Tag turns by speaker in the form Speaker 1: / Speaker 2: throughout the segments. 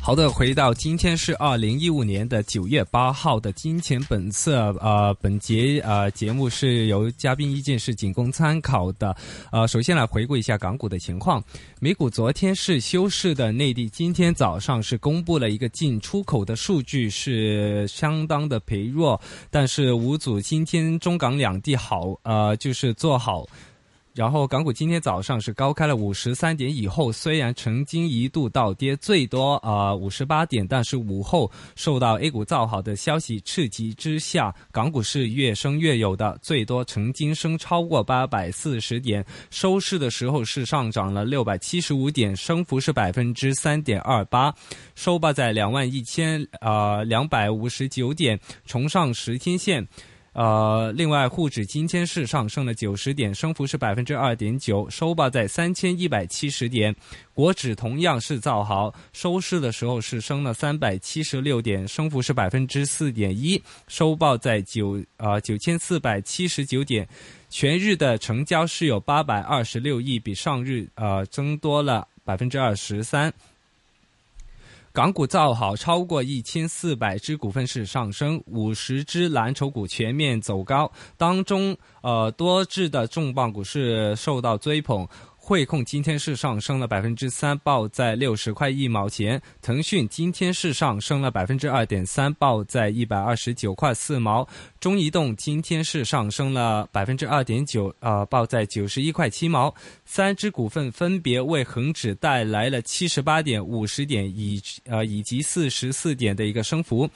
Speaker 1: 好的，回到今天是二零一五年的九月八號的《金錢本色》呃，本節呃節目是由嘉賓意見是僅供參考的。呃，首先來回顧一下港股的情況，美股昨天是休市的，內地今天早上是公布了一個進出口的數據是相當的疲弱，但是五組今天中港兩地好呃就是做好。然後港股今天早上是高開了五十三點以後，雖然曾經一度倒跌最多啊五十八點，但是午後受到 A 股造好的消息刺激之下，港股是越升越有的，最多曾經升超過八百四十點，收市的時候是上漲了六百七十五點，升幅是百分之三點二八，收報在兩萬一千啊兩百五十九點，重上十天線。呃，另外，滬指今天是上升了九十點，升幅是百分之二點九，收報在三千一百七十點。國指同樣是造好，收市的時候是升了三百七十六點，升幅是百分之四點一，收報在九啊九千四百七十九點。全日的成交是有八百二十六億，比上日呃增多了百分之二十三。港股造好，超過一千四百隻股份是上升，五十隻藍籌股全面走高，當中呃多隻的重磅股是受到追捧。匯控今天是上升了百分之三，報在六十塊一毛錢；騰訊今天是上升了百分之二點三，報在一百二十九塊四毛；中移動今天是上升了百分之二點九，呃，報在九十一塊七毛。三隻股份分別為恒指帶來了七十八點、五十點以呃以及四十四點的一個升幅。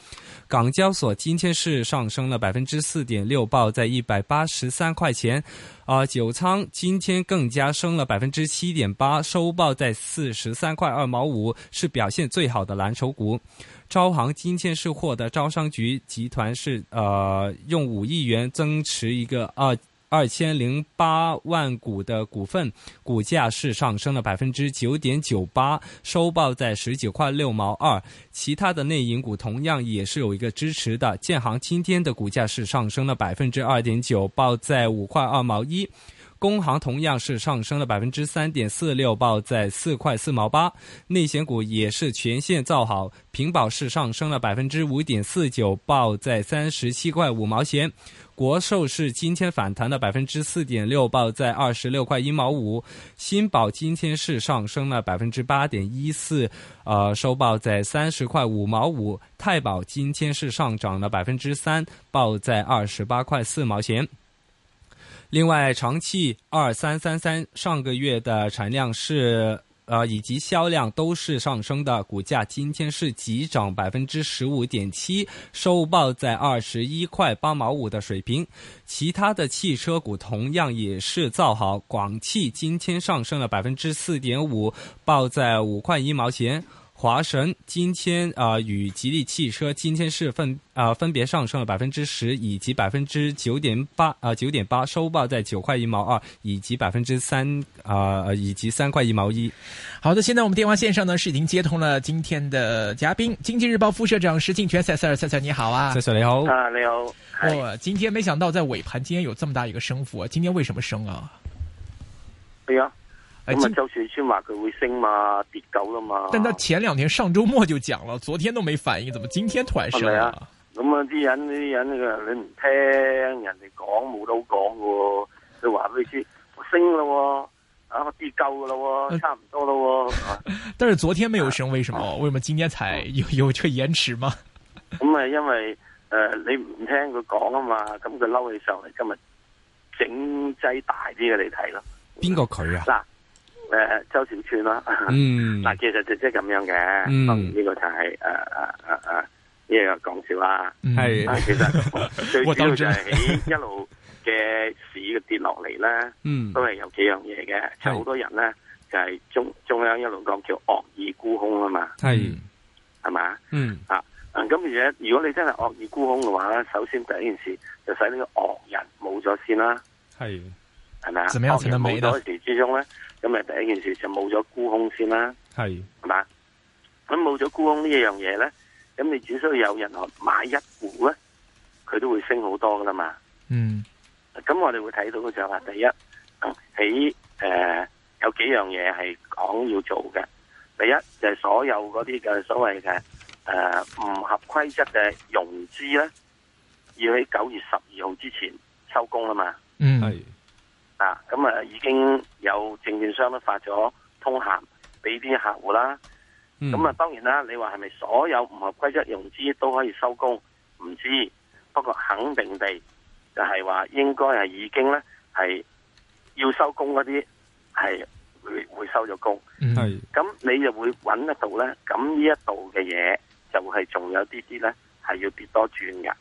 Speaker 1: 港交所今天是上升了百分之四點六，報在一百八十三塊錢。啊、呃，九倉今天更加升了百分之七點八，收報在四十三塊二毛五，是表現最好的藍籌股。招行今天是獲得招商局集團是呃用五億元增持一啊個二二千零八萬股的股份，股價是上升了百分之九點九八，收報在十九塊六毛二。其他的內銀股同樣也是有一個支持的，建行今天的股價是上升了百分之二點九，報在五塊二毛一。工行同樣是上升了百分之三點四六，報在四塊四毛八。內險股也是全線造好，平保是上升了百分之五點四九，報在三十七塊五毛錢。國壽是今天反彈了百分之四點六，報在二十六塊一毛五。新寶今天是上升了百分之八點一四，呃，收報在三十塊五毛五。太保今天是上漲了百分之三，報在二十八塊四毛錢。另外，長汽二三三三上個月的產量是呃以及銷量都是上升的，股價今天是急漲百分之十五點七，收報在二十一塊八毛五的水平。其他的汽車股同樣也是造好，廣汽今天上升了百分之四點五，報在五塊一毛錢。華晨今天啊、呃、與吉利汽車今天是分啊、呃、分別上升了百分之十以及百分之九點八啊九點八，收報在九塊一毛二以及百分之三啊以及三塊一毛一。
Speaker 2: 好的，現在我們電話線上呢是已經接通了今天的嘉賓，經濟日報副社長石鏡泉 Sir Sir 你好啊
Speaker 1: Sir 你好
Speaker 3: 啊你好。
Speaker 2: 我、哦、今天沒想到在尾盤今天有這麼大一個升幅，今天為什麼升啊？
Speaker 3: 哎呀。咁啊，周小川話佢會升嘛，跌夠啦嘛。
Speaker 2: 但他前兩天上周末就講了，昨天都沒反應，怎麼今天突然升
Speaker 3: 啊？咁啊，啲人啲人你唔聽人哋講冇得好講嘅，你話俾佢知，我升咯，啊我跌夠咯，差唔多啊咯。
Speaker 2: 但是昨天沒有升，為什麼？為什麼今天才有有這延遲嗎？
Speaker 3: 咁啊，因為誒你唔聽佢講啊嘛，咁佢嬲起上嚟，今日整劑大啲嘅你睇咯。
Speaker 1: 邊個佢啊？
Speaker 3: 嗱。誒、呃、周小川啦，
Speaker 1: 嗯，
Speaker 3: 啊嗱其實就即係咁樣嘅，
Speaker 1: 嗯，
Speaker 3: 呢個就係誒誒誒誒呢個講笑啦，
Speaker 1: 係、
Speaker 3: 嗯， 其實最主要就係喺一路嘅市嘅跌落嚟咧，
Speaker 1: 嗯，
Speaker 3: 都係有幾樣嘢嘅，即係好多人咧就係、是、中中央一路講叫惡意沽空啊嘛，
Speaker 1: 係，
Speaker 3: 係嘛，
Speaker 1: 嗯，
Speaker 3: 啊，咁而且如果你真係惡意沽空嘅話咧，首先第一件事就使呢個惡人冇咗先啦，
Speaker 1: 係。
Speaker 3: 係咪啊？
Speaker 2: 點樣先得
Speaker 3: 冇咗時之中咧，咁啊第一件事就冇咗沽空先啦。
Speaker 1: 係，
Speaker 3: 係嘛？咁冇咗沽空呢一樣嘢咧，咁你只需要有人買一股咧，佢都會升好多噶啦嘛。
Speaker 2: 嗯
Speaker 3: 咁我哋會睇到嘅就係話，第一 喺誒、呃有幾樣嘢係講要做嘅。第一就係、所有嗰啲嘅所謂嘅誒唔合規則嘅融資咧，要喺九月十二號之前收工啦嘛。
Speaker 2: 嗯
Speaker 1: 係
Speaker 3: 啊，咁啊已經有證券商都發咗通函俾啲客戶啦。
Speaker 1: 嗯
Speaker 3: 咁啊，當然啦，你話係咪所有唔合規則融資都可以收工？唔知，不過肯定地就係話應該係已經咧係要收工嗰啲係會會收咗工，
Speaker 2: 嗯
Speaker 1: 係
Speaker 3: 咁你就會揾得到咧。咁呢一度嘅嘢就係仲有啲啲咧係要跌多轉嘅，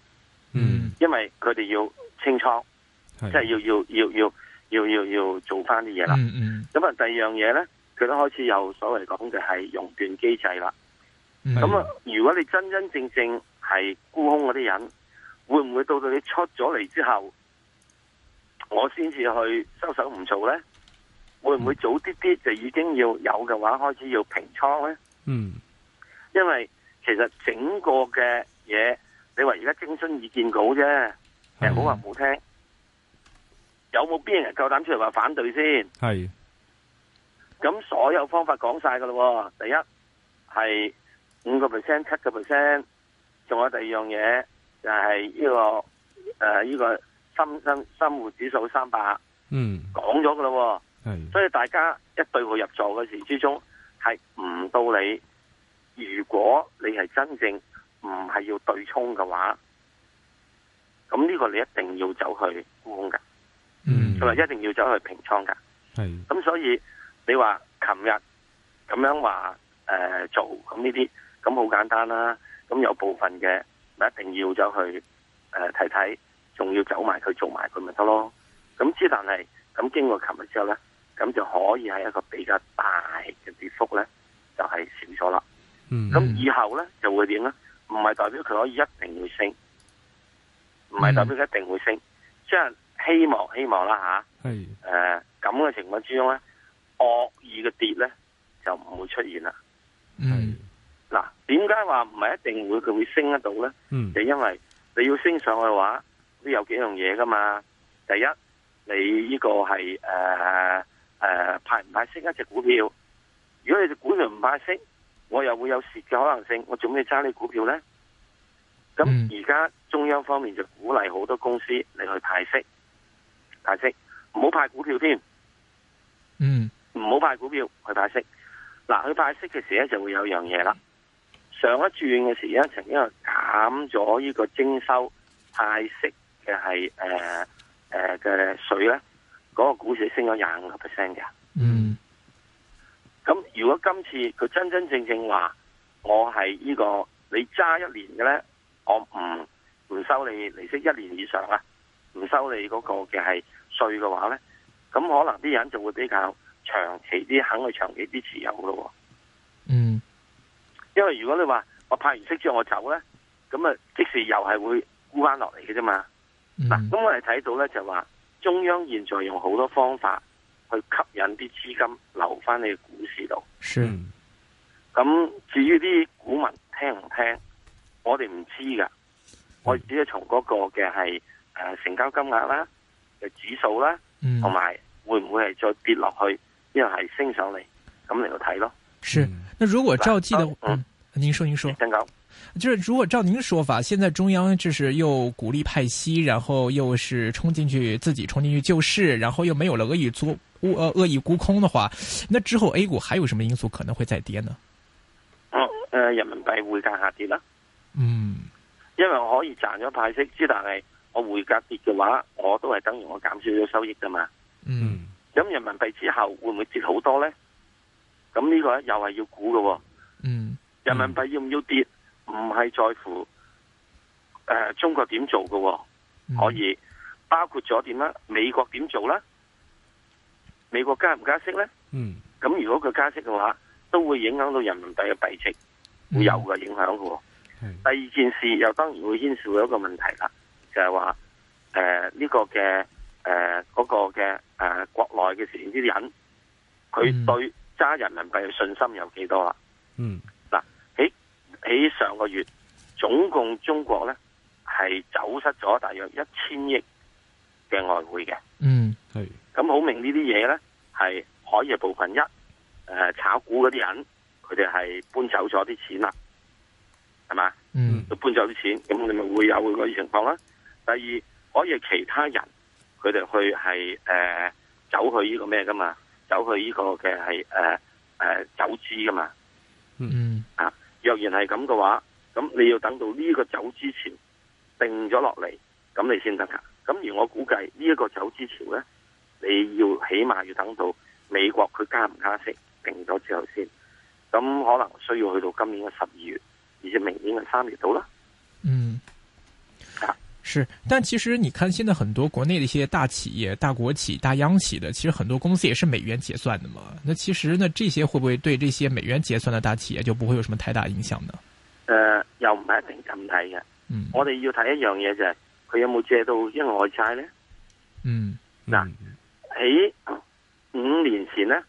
Speaker 1: 嗯
Speaker 3: 因為佢哋要清倉，
Speaker 1: 係
Speaker 3: 即係要要要要要要要做翻啲嘢啦。
Speaker 2: 嗯嗯
Speaker 3: 咁啊，第二樣嘢咧，佢都開始有所謂講嘅係熔斷機制啦。
Speaker 2: 嗯
Speaker 3: 咁啊，如果你真真正正係沽空嗰啲人，會唔會到到你出咗嚟之後，我先至去收手唔做呢？會唔會早啲啲就已經要有嘅話，開始要平倉呢？
Speaker 1: 嗯
Speaker 3: 因為其實整個嘅嘢，你話而家徵詢意見稿啫，誒，好話唔好聽，有冇邊人夠膽出嚟話反對先？
Speaker 1: 係
Speaker 3: 咁所有方法講晒噶咯喎，第一係五個 percent、七個 percent，仲有第二樣嘢就係呢、個誒呢、個深深生活指數三百
Speaker 1: 嗯
Speaker 3: 講咗噶咯
Speaker 1: 係
Speaker 3: 喎，所以大家一對號入座嘅時之中係唔到你，如果你係真正唔係要對沖嘅話，咁呢個你一定要走去沽空㗎，
Speaker 1: 嗯
Speaker 3: 同埋一定要走去平倉㗎。
Speaker 1: 係
Speaker 3: 咁所以你話琴日咁樣話誒、呃做咁呢啲，咁好簡單啦。咁有部分嘅咪一定要走去誒睇睇，仲、要走埋佢做埋佢咪得咯。咁之但係咁經過琴日之後咧，咁就可以係一個比較大嘅跌幅咧，就係、少咗啦。
Speaker 1: 嗯
Speaker 3: 咁以後咧就會點咧？唔係代表佢可以一定會升，唔係代表佢一定會升，即係希望希望啦吓。
Speaker 1: 係
Speaker 3: 誒呃咁嘅情況之中咧，惡意嘅跌咧就唔會出現啦。
Speaker 2: 嗯
Speaker 3: 嗱，點解話唔係一定會佢會升得到咧？
Speaker 1: 嗯
Speaker 3: 就因為你要升上去嘅話，都有幾樣嘢噶嘛。第一，你呢個係誒誒派唔派息一隻股票？如果你隻股票唔派息，我又會有蝕嘅可能性，我做咩揸你股票咧？咁
Speaker 2: 嗯
Speaker 3: 而家中央方面就鼓勵好多公司你去派息，派息唔好派股票添。
Speaker 2: 嗯
Speaker 3: 唔好派股票去派息。嗱，佢派息嘅時咧就會有樣嘢啦。上一轉嘅時咧，曾經係減咗呢個徵收派息嘅係誒誒嘅税咧，嗰、個股市升咗廿五個 percent 嘅。
Speaker 2: 嗯
Speaker 3: 咁如果今次佢真真正正話我係呢、個你揸一年嘅咧，我唔唔收你利息一年以上啊，唔收你嗰個嘅係税嘅話咧，咁可能啲人就會比較長期啲肯去長期啲持有咯
Speaker 2: 嗯
Speaker 3: 喎。因為如果你話我派完息之後我走咧，咁啊即時又係會沽翻落嚟嘅啫嘛。嗱、
Speaker 2: 嗯
Speaker 3: 咁我哋睇到咧就話中央現在用好多方法去吸引啲資金流翻你股市度。
Speaker 2: 是
Speaker 1: 嗯
Speaker 3: 咁至於啲股民聽唔聽，我哋唔知噶。我只係從嗰個嘅係誒成交金額啦、嘅指數啦，
Speaker 2: 嗯
Speaker 3: 同埋會唔會係再跌落去，因為係升上嚟，咁嚟到睇咯。
Speaker 2: 是。
Speaker 1: 嗯
Speaker 2: 那如果照记得
Speaker 3: 嗯，
Speaker 2: 嗯，您说您说，
Speaker 3: 真講
Speaker 2: 就是如果照您说法，现在中央就是又鼓励派息，然后又是冲进去自己冲进去救市，然后又没有了恶意做恶呃恶意沽空的话，那之后 A 股还有什么因素可能会再跌呢？
Speaker 3: 誒、呃人民幣匯價下跌啦，
Speaker 2: 嗯
Speaker 3: 因為我可以賺咗派息，之但係我匯價跌嘅話，我都係等於我減少咗收益噶嘛。
Speaker 2: 嗯
Speaker 1: 嗯
Speaker 3: 咁人民幣之後會唔會跌好多呢？咁呢個又係要估嘅喎。
Speaker 2: 嗯
Speaker 3: 人民幣要唔要跌，唔係在乎诶、呃中國點做嘅喎、
Speaker 2: 嗯
Speaker 3: 可以包括咗點啦，美國點做啦，美國加唔加息咧？
Speaker 1: 嗯
Speaker 3: 咁如果佢加息嘅話，都會影響到人民幣嘅幣值，
Speaker 2: 嗯
Speaker 3: 會有嘅影響嘅喎、
Speaker 1: 嗯係
Speaker 3: 第二件事又當然會牽涉到一個問題啦，就係話誒呢個嘅誒嗰個嘅誒、呃、國內嘅時啲人，
Speaker 2: 嗯
Speaker 3: 佢對啊揸人民幣嘅信心有幾多啦？
Speaker 1: 嗯
Speaker 3: 喺上個月總共中國呢係走失咗大約一千億嘅外匯嘅。
Speaker 2: 嗯
Speaker 1: 係
Speaker 3: 咁好明呢啲嘢呢，係可以係部分一，誒、炒股嗰啲人佢哋係搬走咗啲錢啦，係嘛？
Speaker 2: 嗯
Speaker 3: 佢搬走啲錢，咁你咪會有嗰啲情況啦。第二，可以係其他人佢哋去係誒、呃走去呢個咩噶嘛？走去呢個嘅係誒誒走資噶嘛？
Speaker 2: 嗯
Speaker 3: 若然係咁嘅話，咁你要等到呢個走資潮定咗落嚟，咁你先得噶。咁而我估計呢一個走資潮呢，你要起碼要等到美國佢加唔加息定咗之後先，咁可能需要去到今年嘅十二月，以至明年嘅三月到啦。
Speaker 2: 嗯，是。但其实你看，现在很多国内的一些大企业、大国企、大央企的，其实很多公司也是美元结算的嘛。那其实呢，这些会不会对这些美元结算的大企业就不会有什么太大影响呢？
Speaker 3: 诶、又唔係一定咁睇嘅。
Speaker 2: 嗯
Speaker 1: 哦
Speaker 3: 我哋要睇一樣嘢就係佢有冇借到一外債呢？
Speaker 2: 嗯
Speaker 3: 嗱喺五年前呢，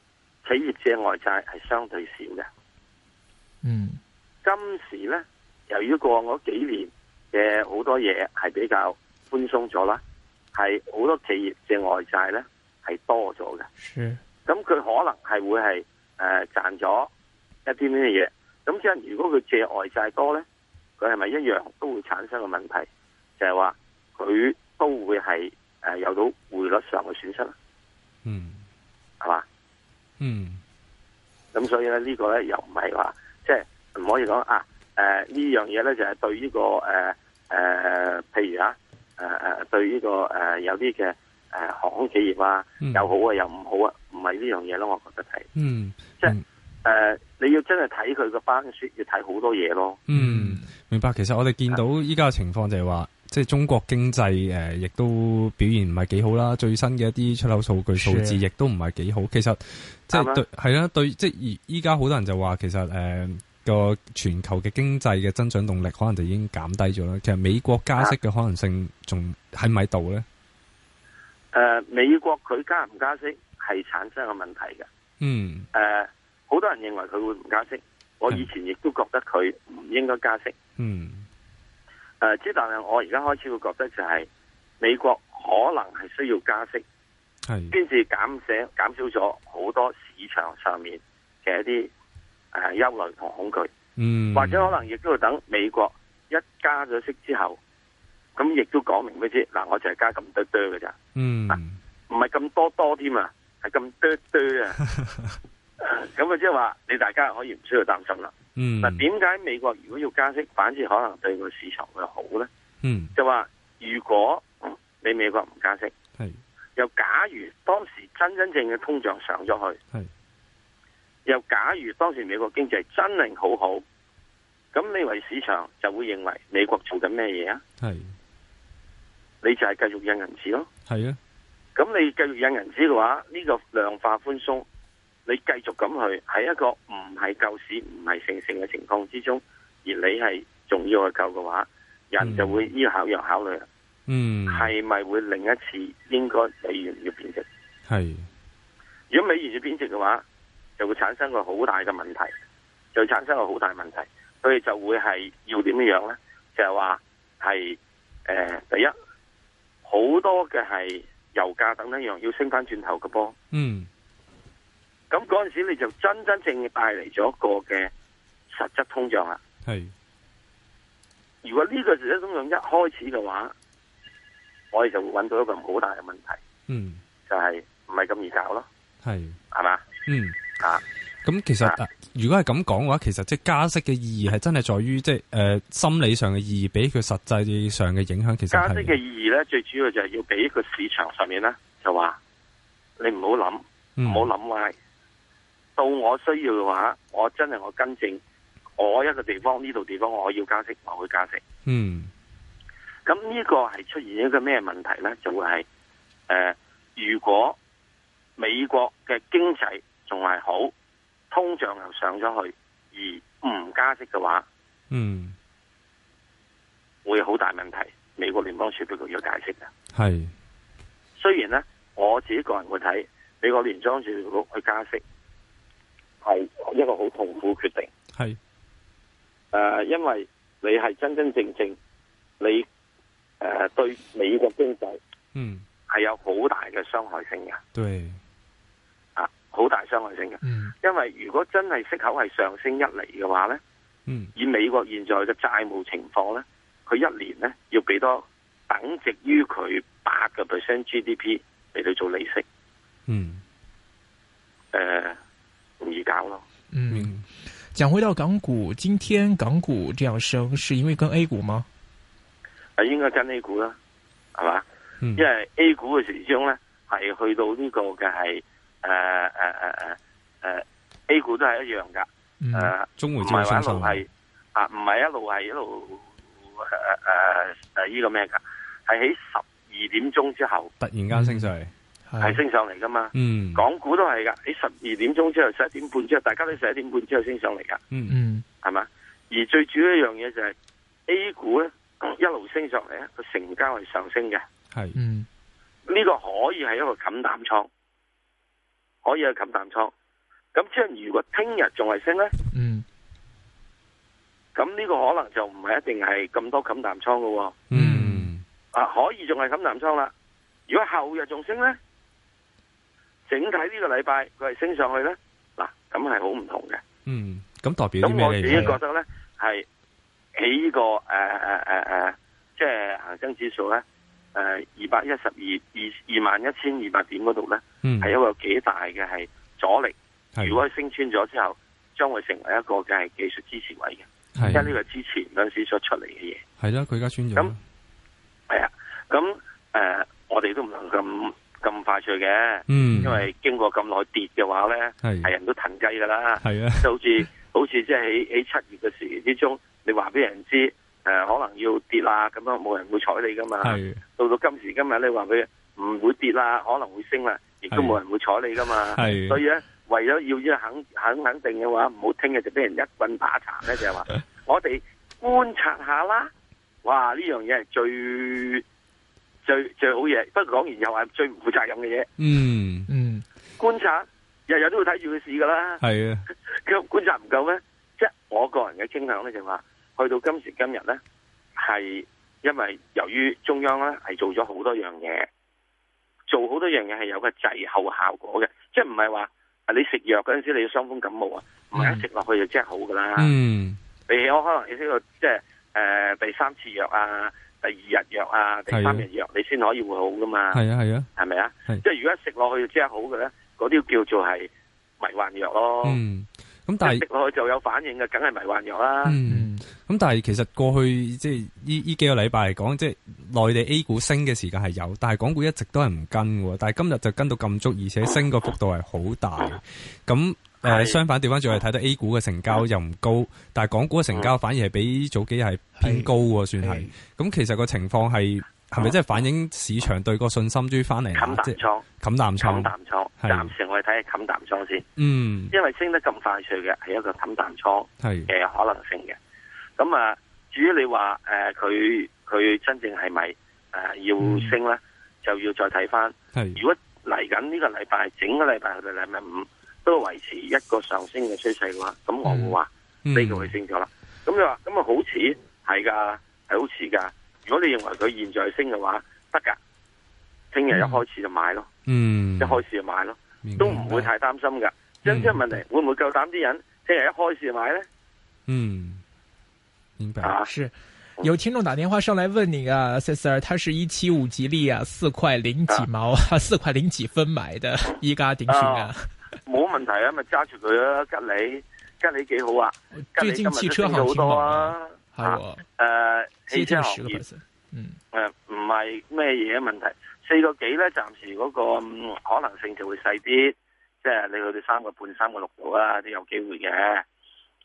Speaker 3: 企業借外債係相對少嘅。
Speaker 2: 嗯
Speaker 3: 今時呢，由於過往嗰幾年嘅好多嘢係比較寬鬆咗啦，係好多企業借外債呢係多咗嘅。
Speaker 2: 是
Speaker 3: 咁佢可能係會係誒賺咗一啲咩嘢。咁即係如果佢借外債多呢，佢係咪一樣都會產生個問題？就係話佢都會係誒、呃有到匯率上嘅損失啦，
Speaker 1: 嗯
Speaker 3: 係嘛？
Speaker 1: 嗯
Speaker 3: 咁所以咧呢個咧又唔係話即係唔可以講啊誒呢樣嘢咧就係對呢個誒誒譬如啊誒誒對呢個誒有啲嘅誒航空企業啊
Speaker 1: 嗯
Speaker 3: 又好啊又唔好啊，唔係呢樣嘢咯，我覺得係
Speaker 1: 嗯
Speaker 3: 誒你要真係睇佢個班書，要睇好多嘢咯。
Speaker 1: 嗯。明白，其實我哋見到依家嘅情況就係話，即係中國經濟誒、呃亦都表現唔係幾好啦。最新嘅一啲出口數據數字
Speaker 2: 是
Speaker 1: 亦都唔係幾好。其實即
Speaker 3: 啱
Speaker 1: 係
Speaker 3: 啊
Speaker 1: 對係啦，對即係而依家好多人就話其實誒。呃個全球嘅經濟嘅增長動力可能就已經減低咗啦。其實美國加息嘅可能性仲喺唔喺度咧？
Speaker 3: 誒、美國佢加唔加息係產生個問題嘅。誒、
Speaker 1: 嗯
Speaker 3: 好多人認為佢會唔加息，我以前亦都覺得佢唔應該加息。
Speaker 1: 嗯
Speaker 3: 誒，呃之但係我而家開始會覺得就係美國可能係需要加息，
Speaker 1: 係
Speaker 3: 先至減少減少咗好多市場上面嘅一啲誒憂慮同恐懼，
Speaker 1: 嗯，
Speaker 3: 或者可能亦都要等美國一加咗息之後，咁亦都講明俾你知，嗱，我就係加咁多多嘅咋，
Speaker 1: 嗯
Speaker 3: 唔係咁多多添啊，係咁多多 啊，咁啊即係話你大家可以唔需要擔心啦。
Speaker 1: 嗯
Speaker 3: 嗱，點解美國如果要加息，反而可能對個市場會好咧？
Speaker 1: 嗯
Speaker 3: 就話如果你美國唔加息，
Speaker 1: 係
Speaker 3: 又假如當時真真正嘅通脹上咗去
Speaker 1: 係，
Speaker 3: 又假如當時美國經濟真係好好，咁你為市場就會認為美國做緊咩嘢啊？
Speaker 1: 係
Speaker 3: 你就係繼續印銀紙咯。
Speaker 1: 係啊，
Speaker 3: 咁你繼續印銀紙嘅話，呢、個量化寬鬆，你繼續咁去喺一個唔係救市、唔係成成嘅情況之中，而你係仲要去救嘅話，人就會依考又考慮啦。
Speaker 1: 嗯
Speaker 3: 係咪會另一次應該美元要貶值？
Speaker 1: 係
Speaker 3: 如果美元要貶值嘅話，就會產生個好大嘅問題，就會產生個好大問題。佢哋就會係要點樣呢？就係話係誒第一，好多嘅係油價等等樣要升翻轉頭嘅噃。
Speaker 1: 嗯
Speaker 3: 咁嗰陣時你就真真正正帶嚟咗一個嘅實質通脹啦。
Speaker 1: 係
Speaker 3: 如果呢個實質通脹一開始嘅話，我哋就會揾到一個好大嘅問題，
Speaker 1: 嗯
Speaker 3: 就係唔係咁易搞咯，
Speaker 1: 係。
Speaker 3: 係嘛？
Speaker 1: 嗯
Speaker 3: 啊，
Speaker 1: 咁其實、
Speaker 3: 啊
Speaker 1: 啊如果係咁講嘅話，其實即係加息嘅意義係真係在於即係誒心理上嘅意義，比佢實際上嘅影響其實
Speaker 3: 加息嘅
Speaker 1: 係
Speaker 3: 意義咧，最主要就係要俾個市場上面咧，就話你唔好諗，
Speaker 1: 嗯
Speaker 3: 唔好諗歪。到我需要嘅話，我真係我跟正我一個地方呢度地方，我要加息，我會加息。
Speaker 1: 嗯
Speaker 3: 咁呢個係出現一個咩問題咧？就會係誒、呃如果美國嘅經濟仲係好，通脹又上咗去，而唔加息嘅話，
Speaker 1: 嗯
Speaker 3: 會好大問題。美國聯邦儲備局要解釋嘅。
Speaker 1: 係
Speaker 3: 雖然咧，我自己個人會睇美國聯裝住去加息係一個好痛苦決定。誒、
Speaker 1: 係
Speaker 3: 呃因為你係真真正正你誒、呃、對美國經濟
Speaker 1: 嗯，
Speaker 3: 係有好大嘅傷害性嘅
Speaker 1: 对，
Speaker 3: 啊，好大傷害性嘅。
Speaker 2: 嗯
Speaker 3: 因為如果真係息口係上升一厘嘅話咧，
Speaker 1: 嗯
Speaker 3: 以美國現在嘅債務情況咧，佢一年咧要俾多等值於佢八個 percent GDP 嚟到做利息，誒、
Speaker 1: 嗯
Speaker 3: 唔易搞咯。
Speaker 2: 嗯。
Speaker 1: 嗯，
Speaker 2: 讲回到港股，今天港股这样升，是因为跟 A 股吗？
Speaker 3: 啊，應該跟 A 股啦，係嘛？
Speaker 1: 嗯
Speaker 3: 因為 A 股嘅時鐘咧係去到呢個嘅係呃誒誒誒誒誒呃 A 股都係一樣㗎，誒、呃
Speaker 2: 嗯
Speaker 1: 中回
Speaker 3: 唔
Speaker 1: 就
Speaker 3: 係話
Speaker 1: 向
Speaker 3: 一
Speaker 1: 上，
Speaker 3: 路係啊，唔係一路係一路呃誒誒誒依個咩㗎？係喺十二點鐘之後
Speaker 1: 突然间升上
Speaker 3: 嗯
Speaker 1: 嚟，
Speaker 3: 係升上嚟㗎嘛。
Speaker 1: 嗯，
Speaker 3: 港股都係㗎，喺十二點鐘之後、十一點半之後，大家都十一點半之後升上嚟㗎，
Speaker 1: 嗯
Speaker 2: 嗯
Speaker 3: 係嘛？而最主要一樣嘢就係、A 股咧一路升上嚟咧，個成交係上升嘅。
Speaker 1: 系，
Speaker 2: 嗯
Speaker 3: 呢個可以係一個冚淡倉，可以係冚淡倉。咁即係如果聽日仲係升呢，
Speaker 2: 嗯
Speaker 3: 咁呢個可能就唔係一定係咁多冚淡倉嘅喎。
Speaker 1: 嗯
Speaker 3: 啊，可以仲係冚淡倉啦。如果後日仲升呢，整體呢個禮拜佢係升上去呢，嗱，咁係好唔同嘅。
Speaker 1: 嗯，咁代表啲
Speaker 3: 咁
Speaker 1: 咩
Speaker 3: 我
Speaker 1: 啊
Speaker 3: 自
Speaker 1: 嚟
Speaker 3: 己
Speaker 1: 咧？
Speaker 3: 覺得呢，係喺呢個誒誒誒誒，即係恒生指數呢，誒二百一十二二二萬一千二百點嗰度呢。
Speaker 1: 嗯，
Speaker 3: 係一個幾大嘅係阻力。
Speaker 1: 係
Speaker 3: 如果佢升穿咗之後，將會成為一個嘅係技術支持位嘅，
Speaker 1: 係
Speaker 3: 因為呢個之前嗰陣時所出嚟嘅嘢。
Speaker 1: 系啦，佢而家穿咗
Speaker 3: 咁
Speaker 1: 啦，
Speaker 3: 係啊，咁誒、呃我哋都唔能咁咁快脆嘅，
Speaker 1: 嗯，
Speaker 3: 因為經過咁耐跌嘅話咧，
Speaker 1: 係
Speaker 3: 係人都騰雞㗎啦。
Speaker 1: 系啊，
Speaker 3: 就好似好似即係喺喺七月嘅時之中，你話俾人知誒、呃可能要跌啦，咁樣冇人會睬你㗎嘛。
Speaker 1: 係
Speaker 3: 到到今時今日，你話佢唔會跌啦，可能會升啦，亦都
Speaker 1: 係
Speaker 3: 冇人會睬你噶嘛。
Speaker 1: 係
Speaker 3: 所以咧，為咗要一肯肯肯定嘅話，唔好聽日就俾人一棍打殘咧，就係話我哋觀察下啦。哇！呢樣嘢係最最最好嘢，不過講完又係最唔負責任嘅嘢。
Speaker 1: 嗯，
Speaker 2: 嗯
Speaker 3: 觀察日日都會睇住佢市噶啦，
Speaker 1: 係啊，
Speaker 3: 咁觀察唔夠咩？即係我個人嘅傾向咧，就話去到今時今日咧，係因為由於中央咧係做咗好多樣嘢，做好多樣嘢係有個滯後效果嘅，即係唔係話啊你食藥嗰陣時你要傷風感冒啊，唔係一食落去就即係好噶啦。
Speaker 1: 嗯，
Speaker 3: 你我可能你呢個即係誒第三次藥啊、第二日藥啊、第三日藥，你先可以會好噶嘛，
Speaker 1: 係啊，係啊，
Speaker 3: 係咪啊？
Speaker 1: 係
Speaker 3: 即係如果一食落去就即係好嘅咧，嗰啲叫做係迷幻藥咯。
Speaker 1: 嗯，咁但
Speaker 3: 一
Speaker 1: 係
Speaker 3: 啊食落去就有反應嘅，梗係迷幻藥啦。
Speaker 1: 嗯。
Speaker 2: 嗯
Speaker 1: 咁但係其實過去即係呢呢幾個禮拜嚟講，即係內地 A 股升嘅時間係有，但係港股一直都係唔跟喎。但係今日就跟到咁足，而且升個幅度係好大。咁誒、呃
Speaker 3: 係
Speaker 1: 相反調翻轉，係睇到 A 股嘅成交又唔高，但係港股嘅成
Speaker 3: 嗯
Speaker 1: 交反而係比早幾日係偏高喎，算係。咁其實個情況係係咪真係反映市場對個信心終於翻嚟
Speaker 3: 冚
Speaker 1: 啦？即
Speaker 3: 淡
Speaker 1: 係冚淡
Speaker 3: 倉，冚
Speaker 1: 倉。
Speaker 3: 淡倉，
Speaker 1: 係
Speaker 3: 暫時我哋睇下冚淡倉先，
Speaker 1: 嗯，
Speaker 3: 因為升得咁快脆嘅係一個冚淡倉
Speaker 1: 係
Speaker 3: 嘅可能性嘅。咁啊，至於你話誒佢佢真正係咪誒要升
Speaker 1: 嗯
Speaker 3: 咧，就要再睇翻。
Speaker 1: 係
Speaker 3: 如果嚟緊呢個禮拜，整個禮拜去到禮拜五都維持一個上升嘅趨勢嘅話，咁我會話。
Speaker 1: 嗯
Speaker 3: 呢個佢升咗啦。咁你話咁啊好似係㗎，係好似㗎。如果你認為佢現在升嘅話，得㗎。聽日一開始就買咯，
Speaker 1: 嗯，
Speaker 3: 一開始就買咯，
Speaker 1: 明白
Speaker 3: 都唔會太擔心㗎。
Speaker 1: 嗯
Speaker 3: 真正問題會唔會夠膽啲人聽日一開始就買咧？
Speaker 1: 嗯，明白。
Speaker 3: 啊，
Speaker 2: 是。有听众打电话上来问你啊，C Sir，他是一七五吉利啊，四块零几毛啊， 四块零几分买 的，依家点算
Speaker 3: 哦
Speaker 2: 啊？
Speaker 3: 冇問題啊，咪揸住佢啦，吉利，吉利幾好啊，吉
Speaker 2: 最
Speaker 3: 利今
Speaker 2: 近汽
Speaker 3: 日都
Speaker 2: 车
Speaker 3: 升
Speaker 2: 行
Speaker 3: 咗
Speaker 2: 情挺
Speaker 3: 好多
Speaker 2: 好啊，
Speaker 3: 啊。
Speaker 2: 还有
Speaker 3: 誒，汽
Speaker 2: 接近
Speaker 3: 車行
Speaker 2: 十个
Speaker 3: 業
Speaker 2: percent。嗯
Speaker 3: 誒呃唔係咩嘢問題，四個幾咧，暫時嗰、個、嗯可能性就會細啲，即係你去到三個半、三個六度啦，都有機會嘅。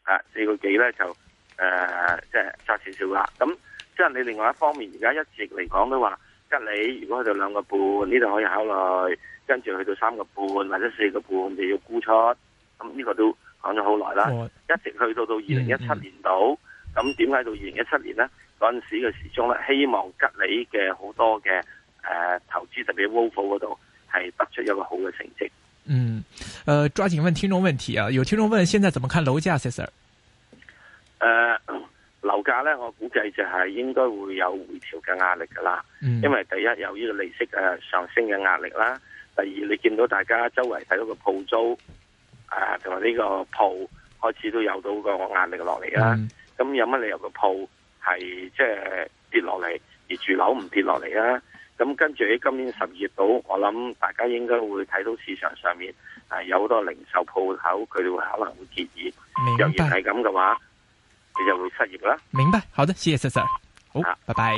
Speaker 3: 啊，四個幾咧就誒、呃即係差少少啦。咁即係你另外一方面，而家一直嚟講都話吉利，如果去到兩個半，呢度可以考慮，跟住去到三個半或者四個半就要沽出。咁呢個都講咗好耐啦。
Speaker 2: 我
Speaker 3: 一直去到到二零一
Speaker 2: 嗯嗯
Speaker 3: 七年度，咁點解到二零一七年呢？嗰陣時嘅時鐘咧，希望吉利嘅好多嘅誒、呃投資，特別 Wolf 嗰度係得出一個好嘅成績。
Speaker 2: 嗯，呃，抓紧问听众问题啊！有听众问现在怎么看楼价，C Sir？
Speaker 3: 誒、呃 樓價咧，我估計就係應該會有回調嘅壓力㗎啦。
Speaker 2: 嗯，
Speaker 3: 因為第一有呢個利息誒、呃上升嘅壓力啦，第二你見到大家周圍睇到個鋪租啊，同埋呢個鋪開始都有到個壓力落嚟啦。
Speaker 2: 嗯
Speaker 3: 咁、有乜理由個鋪係即係跌落嚟，而住樓唔跌落嚟啊？咁跟住喺今年十二月度，我諗大家應該會睇到市場上面啊有好多零售鋪頭，佢哋會可能會建議，若
Speaker 2: 明
Speaker 3: 然
Speaker 2: 白
Speaker 3: 係咁嘅話，你就會失業啦。
Speaker 2: 明白，好的，謝謝 Sir，好
Speaker 3: 啊，
Speaker 2: 拜拜。